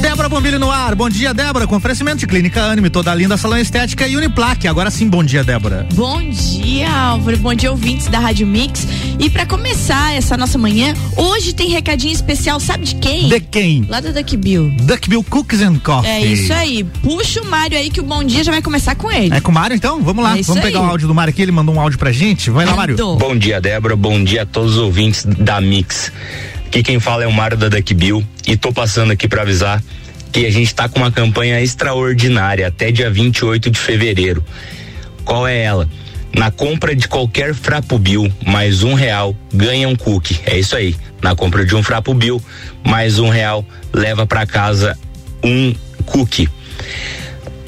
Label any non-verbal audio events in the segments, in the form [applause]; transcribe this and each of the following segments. Débora Bombilho no ar. Bom dia, Débora. Com oferecimento de Clínica Anime, toda linda, salão estética e Uniplaque. Agora sim, bom dia, Débora. Bom dia, Álvaro. Bom dia, ouvintes da Rádio Mix. E para começar essa nossa manhã, hoje tem recadinho especial, sabe de quem? De quem? Lá da Duck Bill. Duck Bill Cookies and Coffee. É isso aí. Puxa o Mário aí que o bom dia já vai começar com ele. É com o Mário, então? Vamos lá. É isso Vamos pegar aí. o áudio do Mário aqui. Ele mandou um áudio pra gente. Vai lá, Mário. Mandou. Bom dia, Débora. Bom dia a todos os ouvintes da Mix. Aqui quem fala é o Mário da Duck Bill e tô passando aqui para avisar que a gente tá com uma campanha extraordinária até dia 28 de fevereiro. Qual é ela? Na compra de qualquer Frapo Bill, mais um real, ganha um cookie. É isso aí. Na compra de um Frapo Bill, mais um real, leva para casa um cookie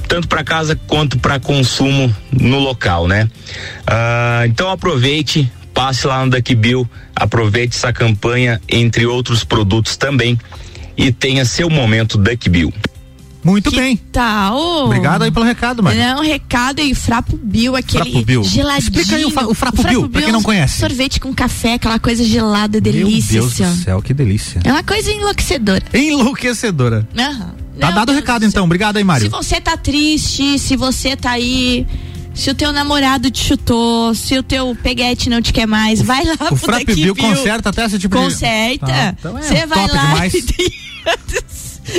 tanto para casa quanto para consumo no local, né? Ah, então aproveite, passe lá no Duck Bill, aproveite essa campanha, entre outros produtos também, e tenha seu momento Duck Bill. Muito Que É bem. Tá, ô. Obrigado aí pelo recado, Mário. Não, um recado aí, Frapo Bill, aquele Frapo Bill. geladinho. Explica aí o fra- o Frapo Bill, pra quem é não um conhece. Sorvete com café, aquela coisa gelada, delícia. Meu Deus assim, ó. do céu, que delícia. É uma coisa enlouquecedora. Enlouquecedora. Aham. Tá Meu dado o Deus recado, do céu. então. Obrigado aí, Mário. Se você tá triste, se você tá aí, se o teu namorado te chutou, se o teu peguete não te quer mais, vai lá O pro Frap Duck Bill conserta até esse tipo Conserta. de... Tá, então é Você vai top lá [laughs] demais. e tem-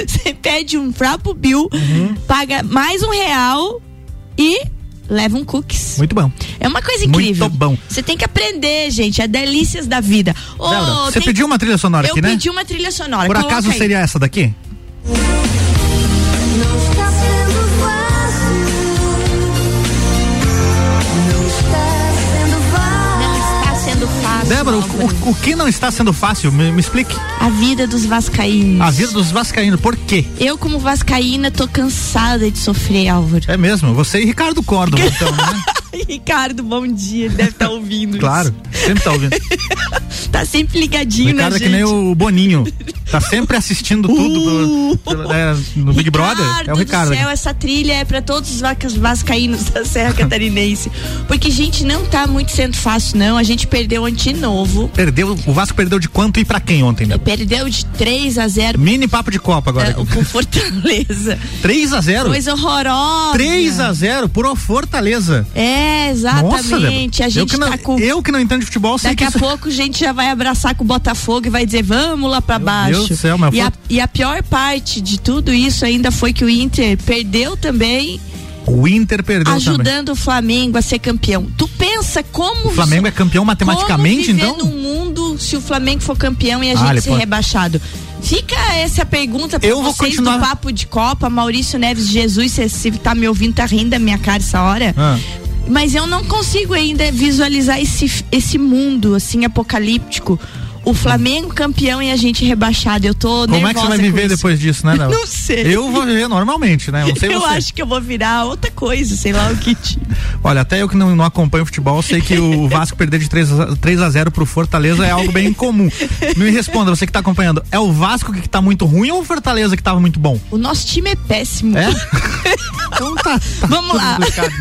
Você pede um Frapo Bill, Uhum. paga mais um real e leva um cookies. Muito bom. É uma coisa incrível. Muito bom. Você tem que aprender, gente, é delícias da vida. Ô, Débora, você tem- pediu uma trilha sonora Eu aqui, né? pedi uma trilha sonora. Por Coloca acaso aí. seria essa daqui? Não está sendo fácil. Não está sendo Não fácil. está sendo fácil. Débora, o, Álvaro. o- o que não está sendo fácil? Me, me explique. A vida dos vascaínos. A vida dos vascaínos, por quê? Eu, como vascaína, tô cansada de sofrer, Álvaro. É mesmo, você e Ricardo Córdoba, então, né? [laughs] Ricardo, bom dia. Ele deve estar ouvindo. Claro, sempre tá ouvindo. isso. Tá sempre O ligadinho, Ricardo é né, que gente? nem o Boninho. Tá sempre assistindo tudo pelo- pelo- é, no Big Brother. É o Ricardo. Uh! do céu, essa trilha é pra todos os vacas vascaínos [laughs] da Serra Catarinense. Porque, gente, não tá muito sendo fácil, não. A gente perdeu ontem de novo. Perdeu, o Vasco perdeu de quanto e pra quem ontem, né? Perdeu de 3 a 0 Mini papo de Copa agora. eh, com [laughs] Fortaleza. 3 a 0 Coisa horrorosa. 3 a 0 pro Fortaleza. É, Nossa, exatamente. Débora. a eu gente que não, tá com eu que não entendo de futebol, sei Daqui que a isso- pouco a gente já vai abraçar com o Botafogo e vai dizer vamos lá pra Meu baixo. Deus do céu, mas e, a, foi- e a pior parte de tudo isso ainda foi que o Inter perdeu também, o Inter perdeu também. ajudando o Flamengo a ser campeão. Tu pensa como O Flamengo é campeão matematicamente, como viver então? num mundo se o Flamengo for campeão Ah, e a ele gente ser pode- rebaixado. Fica essa pergunta pra Eu vou vocês continuar- do Papo de Copa, Maurício Neves Jesus, se, se tá me ouvindo, tá rindo da minha cara essa hora. Ah. Mas eu não consigo ainda visualizar esse, esse mundo, assim, apocalíptico. O Flamengo campeão e a gente rebaixado. Eu tô Como nervosa é que você vai viver com isso. depois disso, né, Débora? [laughs] Não sei. Eu vou viver normalmente, né? Não sei Eu você. acho que eu vou virar outra coisa, sei lá o que. tipo. Olha, até eu que não, não acompanho futebol, sei que [laughs] o Vasco perder de 3 a, 3 a 0 pro Fortaleza é algo bem incomum. Me responda, você que tá acompanhando, é o Vasco que tá muito ruim ou o Fortaleza que tava muito bom? O nosso time é péssimo. É? Então tá. tá Vamos tudo lá. explicado.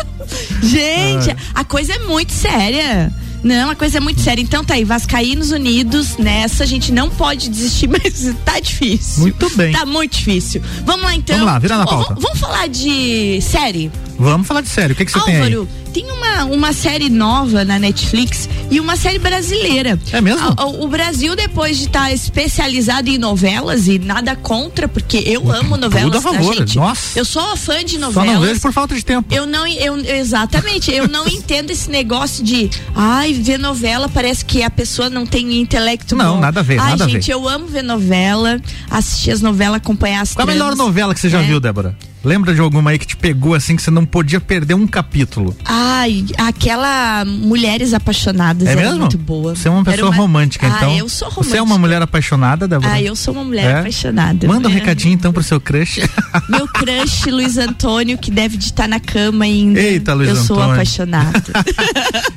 Ah, Gente, a coisa é muito séria. Não, a coisa é muito séria. Então tá aí, Vascaínos Unidos, nessa a gente não pode desistir, [laughs] mas tá difícil. Muito bem. Tá muito difícil. Vamos lá então. Vamos lá, vira na Ó, pauta. vamos- Vamos falar de série? Vamos falar de sério, o que, que você tem aí? Álvaro, tem, uma, uma série nova na Netflix e uma série brasileira. É mesmo? A- o- o Brasil, depois de estar especializado em novelas e nada contra, porque eu amo novelas, Tudo a tá, favor, gente? nossa. Eu sou fã de Só novelas. não vejo por falta de tempo. Eu não, eu, exatamente, [laughs] eu não entendo esse negócio de, ai, ver novela parece que a pessoa não tem intelecto. Não, bom. nada a ver, ai, nada a gente, ver. eu amo ver novela, assistir as novelas, acompanhar as Qual é a melhor tramas. novela que você já É. viu, Débora? Lembra de alguma aí que te pegou assim que você não podia perder um capítulo? Ai, aquela Mulheres Apaixonadas É era mesmo? muito boa. Você é uma Era pessoa romântica, ah, então. eu sou romântica. Você é uma mulher apaixonada, Débora? Ah, eu sou uma mulher É? apaixonada. Manda um É. recadinho então pro seu [laughs] crush. Meu crush, Luiz Antônio, que deve de estar na cama ainda. Eita, Luiz Eu sou Antônio. apaixonada. [laughs]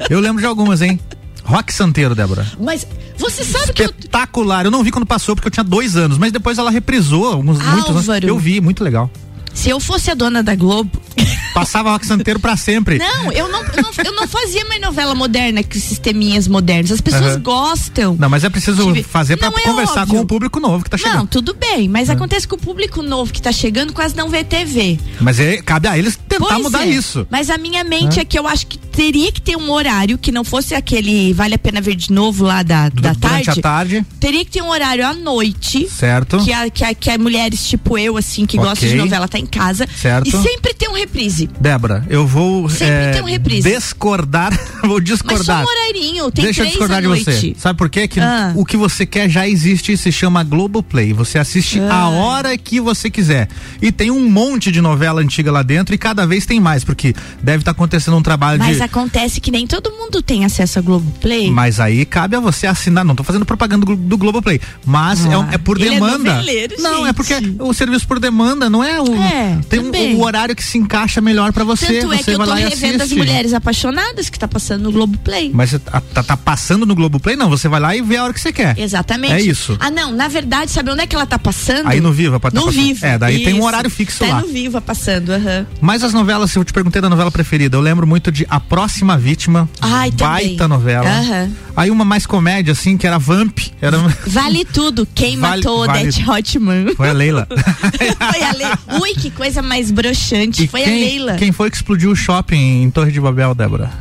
Eu lembro de algumas, hein? Rock Santeiro, Débora. Mas você sabe que eu Espetacular. Eu não vi quando passou porque eu tinha dois anos, mas depois ela reprisou alguns muitos anos. Álvaro. Eu vi, muito legal. Se eu fosse a dona da Globo, [laughs] Passava rock santeiro pra sempre. Não, eu não, eu não, eu não fazia mais novela moderna que sisteminhas modernos. As pessoas Aham. gostam. Não, mas é preciso Tive- fazer pra Não, é conversar óbvio. com o público novo que tá chegando. Não, tudo bem, mas É. acontece que o público novo que tá chegando quase não vê TV. Mas é- cabe a eles tentar Pois mudar é, isso. Mas a minha mente é que eu acho que teria que ter um horário que não fosse aquele Vale a Pena Ver de Novo lá da, da Durante tarde. a tarde, Teria que ter um horário à noite. certo? Que, a, que, a, que a mulheres tipo eu, assim, que Ok. gostam de novela, tá em casa. Certo. E sempre tem um reprise. Débora, eu vou Sempre eh, tem um reprise. discordar, [laughs] vou Mas discordar. só um horarinho, tem Deixa eu três à discordar de noite. você. Sabe por quê? Que Ah. o que você quer já existe e se chama Globoplay. Você assiste Ah. a hora que você quiser. E tem um monte de novela antiga lá dentro e cada vez tem mais, porque deve estar acontecendo um trabalho Mas de. acontece que nem todo mundo tem acesso a Globoplay. Mas aí cabe a você assinar. Não tô fazendo propaganda do, do Globoplay. Mas Ah, é, é por ele é demanda. noveleiro, não, é gente. porque o serviço por demanda, não é o. É, tem também. um, o horário que se encaixa melhor pra você. Tanto você é que eu vai tô lá e revendo as assiste. mulheres apaixonadas que tá passando no Globoplay. Mas você tá, tá- tá passando no Globoplay? Não, você vai lá e vê a hora que você quer. Exatamente. É isso. Ah, não, na verdade, sabe onde é que ela tá passando? Aí no Viva pode tá No passando. Viva. É, daí tem um isso. horário fixo tá lá. no Viva passando, aham. Mas as novelas, eu te perguntei da novela preferida, eu lembro muito de A Próxima Vítima. Ai, também. baita novela. Aham. Aí uma mais comédia, assim, que era Vamp. Era... [laughs] Vale tudo. Quem Vale- matou vale- [laughs] Odete Hotman? Foi a [laughs] Leila. foi a Leila. Ui, que coisa mais broxante. E foi quem, a Leila. Quem foi que explodiu o shopping em Torre de Babel, Débora?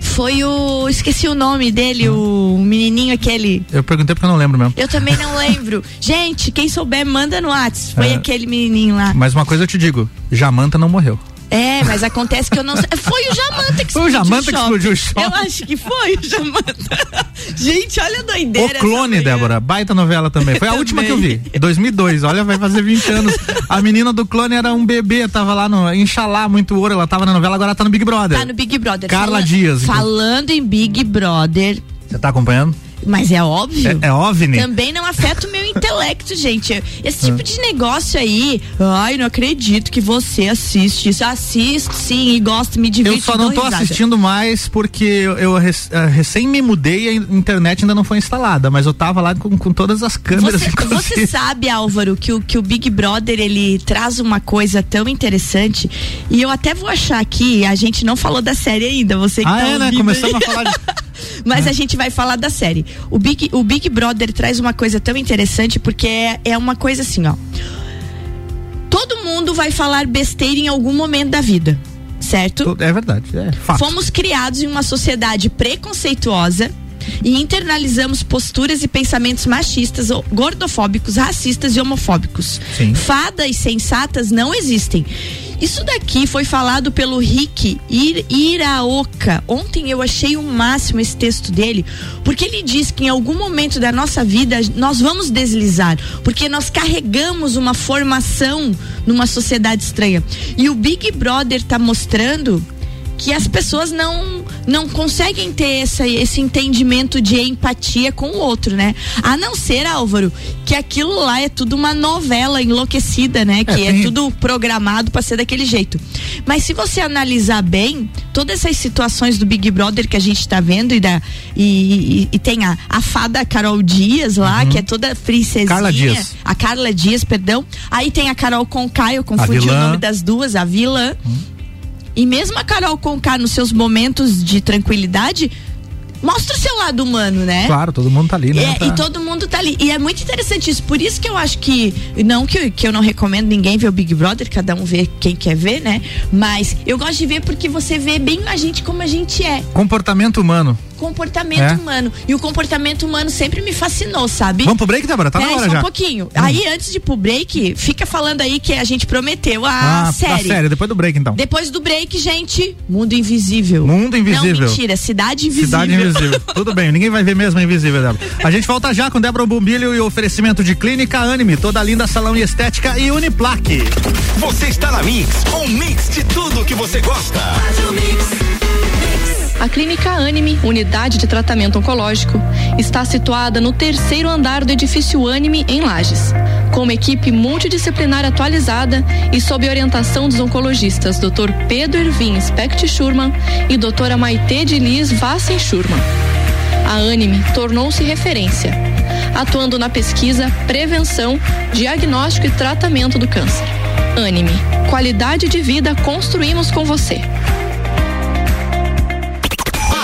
Foi o. Esqueci o nome dele, o menininho aquele. Eu perguntei porque eu não lembro mesmo. Eu também não lembro. Gente, quem souber, manda no Whats. Foi É. aquele menininho lá. Mas uma coisa eu te digo, Jamanta não morreu. É, mas acontece que eu não sei. Foi o Jamanta que explodiu. Foi o Jamanta que shopping. explodiu o shopping. Eu acho que foi o Jamanta. [laughs] Gente, olha a doideira. O essa Clone, manhã. Débora, baita novela também. [laughs] Foi a última que eu vi, 2002. Olha, vai fazer 20 anos. A menina do Clone era um bebê, tava lá no Inxalá, muito ouro, ela tava na novela, agora tá no Big Brother. Tá no Big Brother. Carla Fala- Dias, então. Falando em Big Brother, Você tá acompanhando? mas é óbvio. É, é OVNI? Também não afeta o meu intelecto, gente. Esse tipo de negócio aí, ai, não acredito que você assiste isso. Assiste sim e gosto, me divirto. Eu só e não dou tô risada. assistindo mais porque eu, eu rec- eh, recém me mudei e a internet ainda não foi instalada, mas eu tava lá com, com todas as câmeras. [laughs] Você, inclusive. você sabe, Álvaro, que o, que o Big Brother ele traz uma coisa tão interessante. E eu até vou achar aqui, a gente não falou da série ainda, você que Ah, tá é, né? É. ouvindo Começamos aí. a falar de... Mas a gente vai falar da série. O Big, o Big Brother traz uma coisa tão interessante porque é, é uma coisa assim, ó. Todo mundo vai falar besteira em algum momento da vida, certo? É verdade, é fato. Fomos criados em uma sociedade preconceituosa e internalizamos posturas e pensamentos machistas, o- gordofóbicos, racistas e homofóbicos. Sim. Fadas sensatas não existem. Isso daqui foi falado pelo Rick Ir- Iraoka. Ontem eu achei o máximo esse texto dele, porque ele diz que em algum momento da nossa vida nós vamos deslizar, porque nós carregamos uma formação numa sociedade estranha. E o Big Brother está mostrando que as pessoas não não conseguem ter essa, esse entendimento de empatia com o outro, né? A não ser, Álvaro, que aquilo lá é tudo uma novela enlouquecida, né? Que é, tem- tudo programado pra ser daquele jeito. Mas se você analisar bem, todas essas situações do Big Brother que a gente tá vendo e, da, e, e- e tem a, a fada Carol Dias lá, que é toda princesinha. Uhum. Carla Dias. A Carla Dias, perdão. Aí tem a Carol Conká, eu confundi o vilã. nome das duas, a vilã. E mesmo a Carol Conká, nos seus momentos de tranquilidade, mostra o seu lado humano, né? Claro, todo mundo tá ali, né? É, Tá- E todo mundo tá ali. E é muito interessante isso. Por isso que eu acho que. Não que, que eu não recomendo ninguém ver o Big Brother, cada um vê quem quer ver, né? Mas eu gosto de ver porque você vê bem a gente como a gente é. Comportamento humano. Comportamento É. humano. E o comportamento humano sempre me fascinou, sabe? Vamos pro break, Débora? Tá na Peraí, hora só já. um pouquinho. Aí, antes de ir pro break, fica falando aí que a gente prometeu a ah, tá série. sério, depois do break então. Depois do break, gente, Mundo Invisível. Mundo Invisível. Não, mentira, Cidade Invisível. Cidade Invisível. Tudo bem, ninguém vai ver mesmo a Invisível, Débora. A gente volta já com Débora Bombilho e oferecimento de Clínica Anime, toda linda salão e estética e Uniplaque. Você está na Mix, um mix de tudo que você gosta. A Clínica Anime, unidade de tratamento oncológico, está situada no terceiro andar do edifício Anime, em Lages. Com uma equipe multidisciplinar atualizada e sob orientação dos oncologistas Dr. Pedro Irvin Specht Schurman e Dra. Maite de Liz Vassen Schurman. A Anime tornou-se referência, atuando na pesquisa, prevenção, diagnóstico e tratamento do câncer. Anime. Qualidade de vida construímos com você.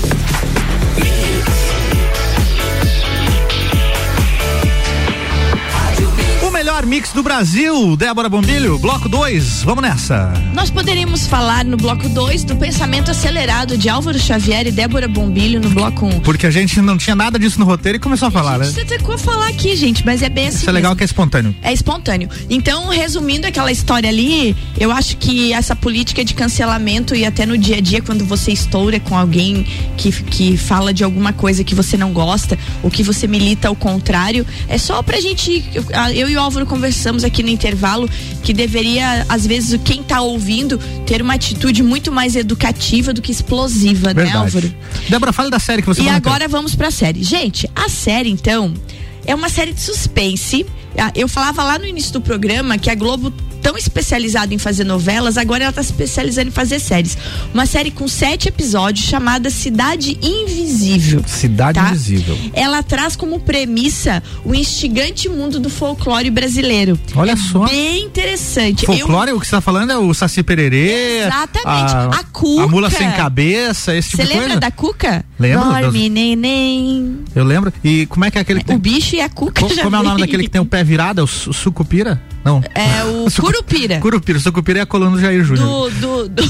O melhor mix do Brasil, Débora Bombilho, bloco 2, vamos nessa. Nós poderíamos falar no bloco 2 do pensamento acelerado de Álvaro Xavier e Débora Bombilho no bloco 1. Um. Porque a gente não tinha nada disso no roteiro e começou a falar, né? Você tecou a falar aqui, gente, mas é bem assim. Isso é legal mesmo. que é espontâneo. É espontâneo. Então, resumindo aquela história ali, eu acho que essa política de cancelamento e até no dia a dia, quando você estoura com alguém que, que fala de alguma coisa que você não gosta, ou que você milita ao contrário, é só pra gente. eu- a- Eu e o Álvaro conversamos aqui no intervalo que deveria, às vezes, o quem tá ouvindo ter uma atitude muito mais educativa do que explosiva, né, Álvaro? Verdade. Débora, fale da série que você E comentou. agora vamos pra série. Gente, a série, então, é uma série de suspense. Ah, Eu falava lá no início do programa que a Globo, tão especializada em fazer novelas, agora ela tá se especializando em fazer séries. Uma série com sete episódios chamada Cidade Invisível. Cidade tá? Invisível. Ela traz como premissa o instigante mundo do folclore brasileiro. Olha só. Bem interessante. Eu- Folclore, o que você tá falando é o Saci Pererê. Exatamente. A Cuca. A mula sem cabeça, esse tipo de Você lembra coisa. da Cuca? Lembro, Dorme, Deus. neném. Eu lembro. E como é que é aquele que O tem... bicho e a Cuca. Como, já como é o nome vi. daquele que tem o pé virado? É o su- sucupira? Não. [laughs] É o Sucu- Curupira. Curupira. O sucupira é a coluna do Jair Júnior. Do. do, do...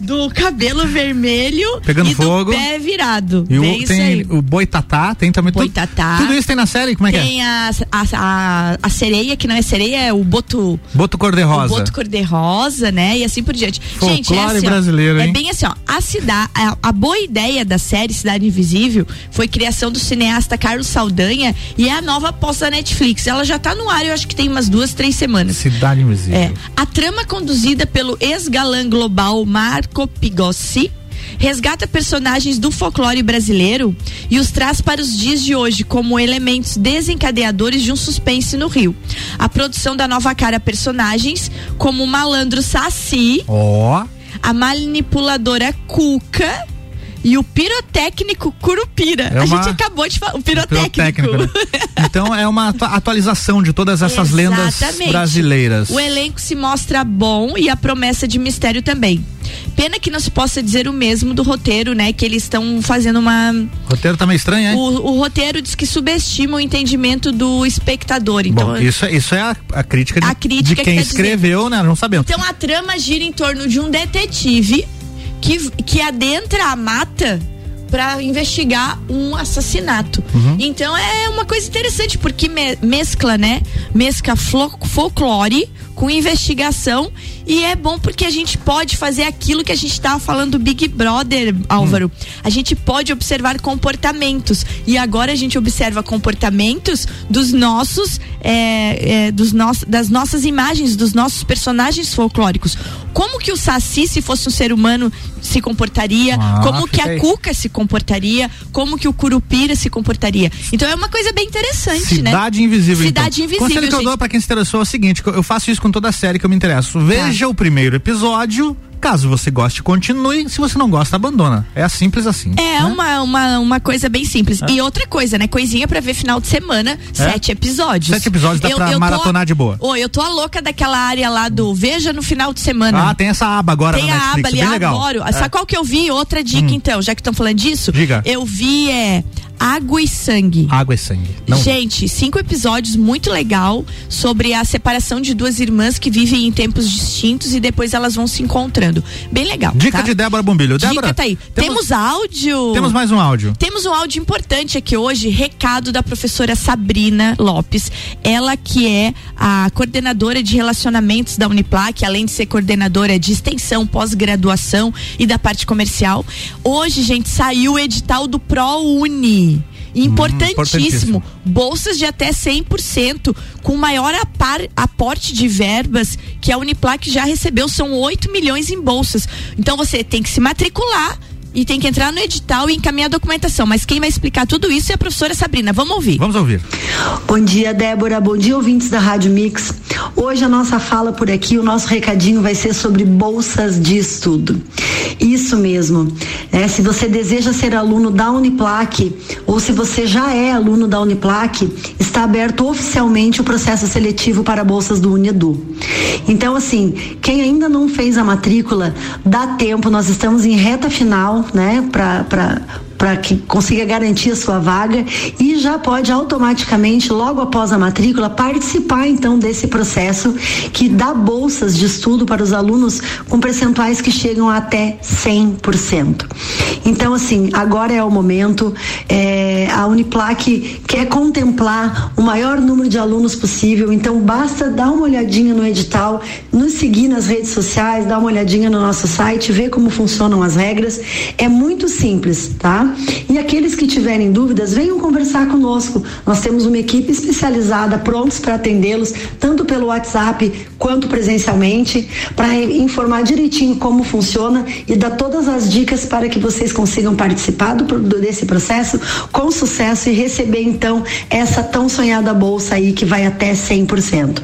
do cabelo vermelho Pegando e fogo. do pé virado. E Vem o, isso tem aí. o boitatá, tem também tudo. Boitatá. Tudo isso tem na série? Como é que é? Tem a, a, a, a sereia, que não é sereia, é o boto. Boto O cor-de-rosa. boto cor-de-rosa, né? E assim por diante. Gente, é Folclore assim, ó, brasileiro, É hein? bem assim, ó. A, cida, a, a boa ideia da série Cidade Invisível foi criação do cineasta Carlos Saldanha e é a nova aposta da Netflix. Ela já tá no ar, eu acho que tem umas duas, três semanas. Cidade Invisível. É. A trama conduzida pelo ex-galã global Marco Pigossi resgata personagens do folclore brasileiro e os traz para os dias de hoje como elementos desencadeadores de um suspense no Rio. A produção da nova cara personagens como o malandro Saci, Ó. a manipuladora Cuca e o pirotécnico Curupira. É a uma- gente acabou de falar o pirotécnico. pirotécnico, né? [laughs] Então é uma atua- atualização de todas essas lendas Exatamente. brasileiras. O elenco se mostra bom e a promessa de mistério também. Pena que não se possa dizer o mesmo do roteiro, né? Que eles estão fazendo uma. Roteiro tá meio estranho, hein? O, o roteiro diz que subestima o entendimento do espectador. Então, Bom, isso, é- isso é a, a crítica de, A crítica de que quem tá escreveu, né? Não sabemos. então a trama gira em torno de um detetive que, que adentra a mata para investigar um assassinato. Então é uma coisa interessante porque me- mescla, né? Mescla flo- folclore com investigação e é bom porque a gente pode fazer aquilo que a gente estava falando do Big Brother, Álvaro. Hum. A gente pode observar comportamentos e agora a gente observa comportamentos dos nossos, é, é, dos nos, das nossas imagens, dos nossos personagens folclóricos. Como que o Saci, se fosse um ser humano, se comportaria? Ah, como que a fica aí. Cuca se comportaria? Como que o Curupira se comportaria? Então é uma coisa bem interessante, né? Cidade Invisível. Cidade então. Invisível, O conselho que eu gente. Tá. dou pra quem se interessou é o seguinte: que eu faço isso com toda a série que eu me interesso. Veja o primeiro episódio. Caso você goste, continue. Se você não gosta, abandona. É simples assim. É né? uma, uma, uma coisa bem simples. E outra coisa, né? Coisinha pra ver final de semana, sete episódios. Sete episódios dá pra tô a- maratonar de boa. Ô, eu tô a louca daquela área lá do Veja no final de semana. Ah, tem essa aba agora Tem na a Netflix, aba ali, bem legal. É. Hum. adoro. Ah, Sabe qual que eu vi? Outra dica, então, já que estão falando disso. Diga. Eu vi é Água e Sangue. Água e sangue. Não. Gente, cinco episódios muito legal sobre a separação de duas irmãs que vivem em tempos distintos e depois elas vão se encontrando. Bem legal. Dica tá? de Débora Bombilho. Dica Débora, tá aí. Temos, áudio. temos mais um áudio. Temos um áudio importante aqui hoje, recado da professora Sabrina Lopes. Ela que é a coordenadora de relacionamentos da Uniplac, além de ser coordenadora de extensão, pós-graduação e da parte comercial. Hoje, gente, saiu o edital do ProUni. Importantíssimo. importantíssimo. Bolsas de até 100%, com maior apar- aporte de verbas que a Uniplac já recebeu. São 8 milhões em bolsas. Então você tem que se matricular e tem que entrar no edital e encaminhar a documentação. Mas quem vai explicar tudo isso é a professora Sabrina. Vamos ouvir. Vamos ouvir. Bom dia, Débora. Bom dia, ouvintes da Rádio Mix. Hoje a nossa fala por aqui, o nosso recadinho vai ser sobre bolsas de estudo. Isso mesmo. né? se você deseja ser aluno da Uniplac ou se você já é aluno da Uniplac, está aberto oficialmente o processo seletivo para bolsas do Unedu. Então, assim, quem ainda não fez a matrícula, dá tempo. Nós estamos em reta final, né, para para que consiga garantir a sua vaga e já pode automaticamente, logo após a matrícula, participar então desse processo que dá bolsas de estudo para os alunos com percentuais que chegam até 100%. Então, assim, agora é o momento. eh, a Uniplac quer contemplar o maior número de alunos possível, então basta dar uma olhadinha no edital, nos seguir nas redes sociais, dar uma olhadinha no nosso site, ver como funcionam as regras. É muito simples, tá? E aqueles que tiverem dúvidas, venham conversar conosco. Nós temos uma equipe especializada prontos para atendê-los, tanto pelo WhatsApp quanto presencialmente, para informar direitinho como funciona e dar todas as dicas para que vocês consigam participar do, do- desse processo com sucesso e receber então essa tão sonhada bolsa aí que vai até 100%.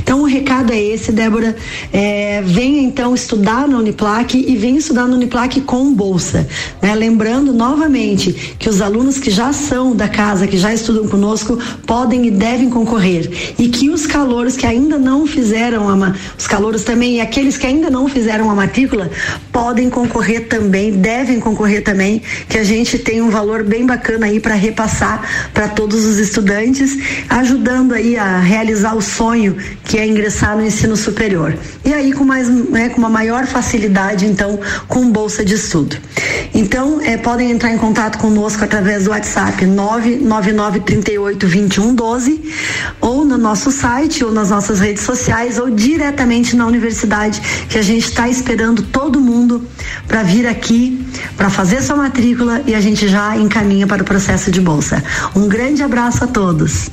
Então o recado é esse, Débora, é, venha então estudar na Uniplac e venha estudar na Uniplac com bolsa, né? Lembrando novamente que os alunos que já são da casa, que já estudam conosco, podem e devem concorrer e que os calouros que ainda não fizeram a ma- os calouros também e aqueles que ainda não fizeram a matrícula podem concorrer também, devem concorrer também, que a gente tem um valor bem bacana aí para repassar para todos os estudantes, ajudando aí a realizar o sonho que é ingressar no ensino superior. E aí com mais né, com uma maior facilidade então com bolsa de estudo. Então, eh, podem entrar em contato conosco através do WhatsApp 999382112 ou no nosso site ou nas nossas redes sociais ou diretamente na universidade que a gente está esperando todo mundo para vir aqui para fazer sua matrícula e a gente já encaminha para o processo de bolsa. Um grande abraço a todos.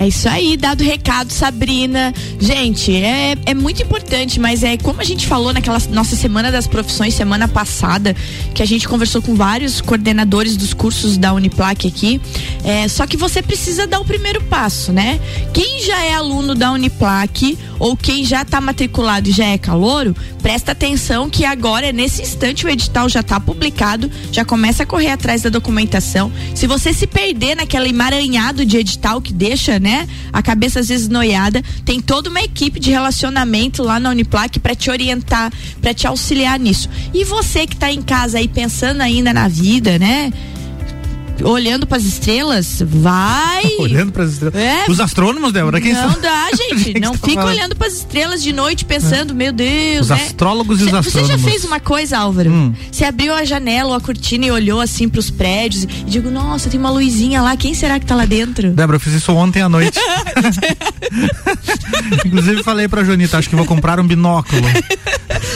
É isso aí, dado o recado, Sabrina. Gente, é, é muito importante, mas é como a gente falou naquela nossa semana das profissões, semana passada, que a gente conversou com vários coordenadores dos cursos da Uniplac aqui. É, só que você precisa dar o primeiro passo, né? Quem já é aluno da Uniplac ou quem já está matriculado e já é calouro, presta atenção que agora, é nesse instante, o edital já está publicado, já começa a correr atrás da documentação. Se você se perder naquela emaranhado de edital que deixa, né, a cabeça às vezes noiada, tem toda uma equipe de relacionamento lá na Uniplac para te orientar, para te auxiliar nisso. E você que tá em casa aí pensando ainda na vida, né? Olhando para as estrelas, vai [laughs] Olhando para as estrelas. É. Os astrônomos, Débora, quem não são? dá, [laughs] Quem gente. que não tá fica falando? É. olhando pras estrelas de noite pensando, meu Deus, Os né? astrólogos e os Cê- Você já astrônomos. fez uma coisa, Álvaro? Hum. Você abriu a janela ou a cortina e olhou assim pros prédios e digo, nossa, tem uma luzinha lá, quem será que tá lá [laughs] dentro? Débora, eu fiz isso ontem à [laughs] noite. Inclusive falei pra Jonita, acho que vou comprar um binóculo.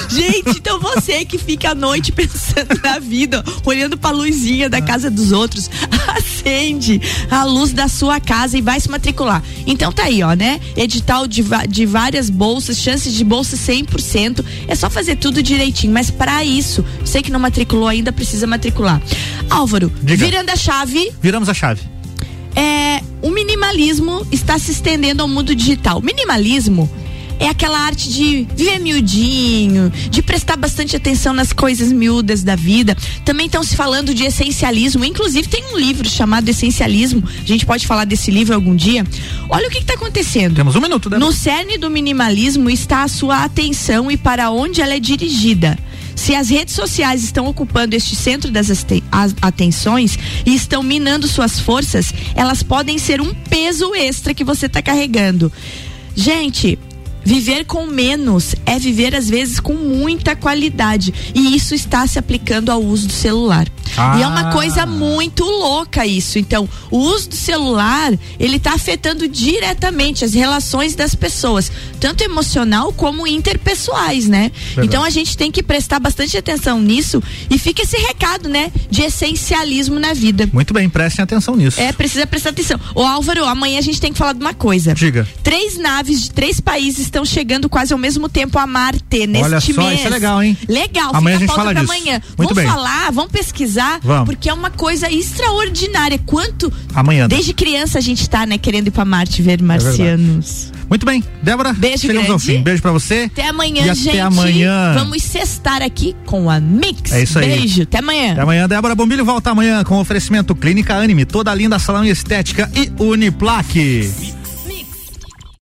Gente, então você que fica à noite [laughs] pensando na vida, olhando pra luzinha da casa dos outros, [laughs] acende a luz da sua casa e vai se matricular. Então tá aí, ó, né? Edital de, va- de várias bolsas, chances de bolsa 100%. É só fazer tudo direitinho, mas pra isso, você que não matriculou ainda precisa matricular. Álvaro, Diga. virando a chave, Viramos a chave. é, o minimalismo está se estendendo ao mundo digital. Minimalismo é aquela arte de viver miudinho, de prestar bastante atenção nas coisas miúdas da vida. Também estão se falando de essencialismo. Inclusive, tem um livro chamado Essencialismo. A gente pode falar desse livro algum dia. Olha o que está acontecendo. Temos um minuto, né? No cerne do minimalismo está a sua atenção e para onde ela é dirigida. Se as redes sociais estão ocupando este centro das este- as- atenções e estão minando suas forças, elas podem ser um peso extra que você está carregando. Gente, viver com menos é viver às vezes com muita qualidade e isso está se aplicando ao uso do celular. E é uma Ah. coisa muito louca isso. Então, o uso do celular, ele tá afetando diretamente as relações das pessoas, tanto emocional como interpessoais, né? Verdade. Então a gente tem que prestar bastante atenção nisso e fica esse recado, né, de essencialismo na vida. Muito bem, prestem atenção nisso. É, precisa prestar atenção. Ô Álvaro, amanhã a gente tem que falar de uma coisa. Diga. Três naves de três países estão chegando quase ao mesmo tempo a Marte neste Olha só, mês. isso é legal, hein? Legal, Amanhã a fica gente a pauta fala pra disso. amanhã. Muito vamos bem. falar, vamos pesquisar, Vamos. porque é uma coisa extraordinária. Quanto Amanhã. desde criança a gente tá, né, querendo ir pra Marte ver É verdade. marcianos. Muito bem, Débora. Beijo chegamos ao grande. fim. Beijo pra você. Até amanhã, E até gente. amanhã. Vamos cestar aqui com a Mix. É isso aí. Beijo, até amanhã. Até amanhã, Débora Bombilho volta amanhã com oferecimento Clínica Anime, toda linda salão e estética e Uniplaque.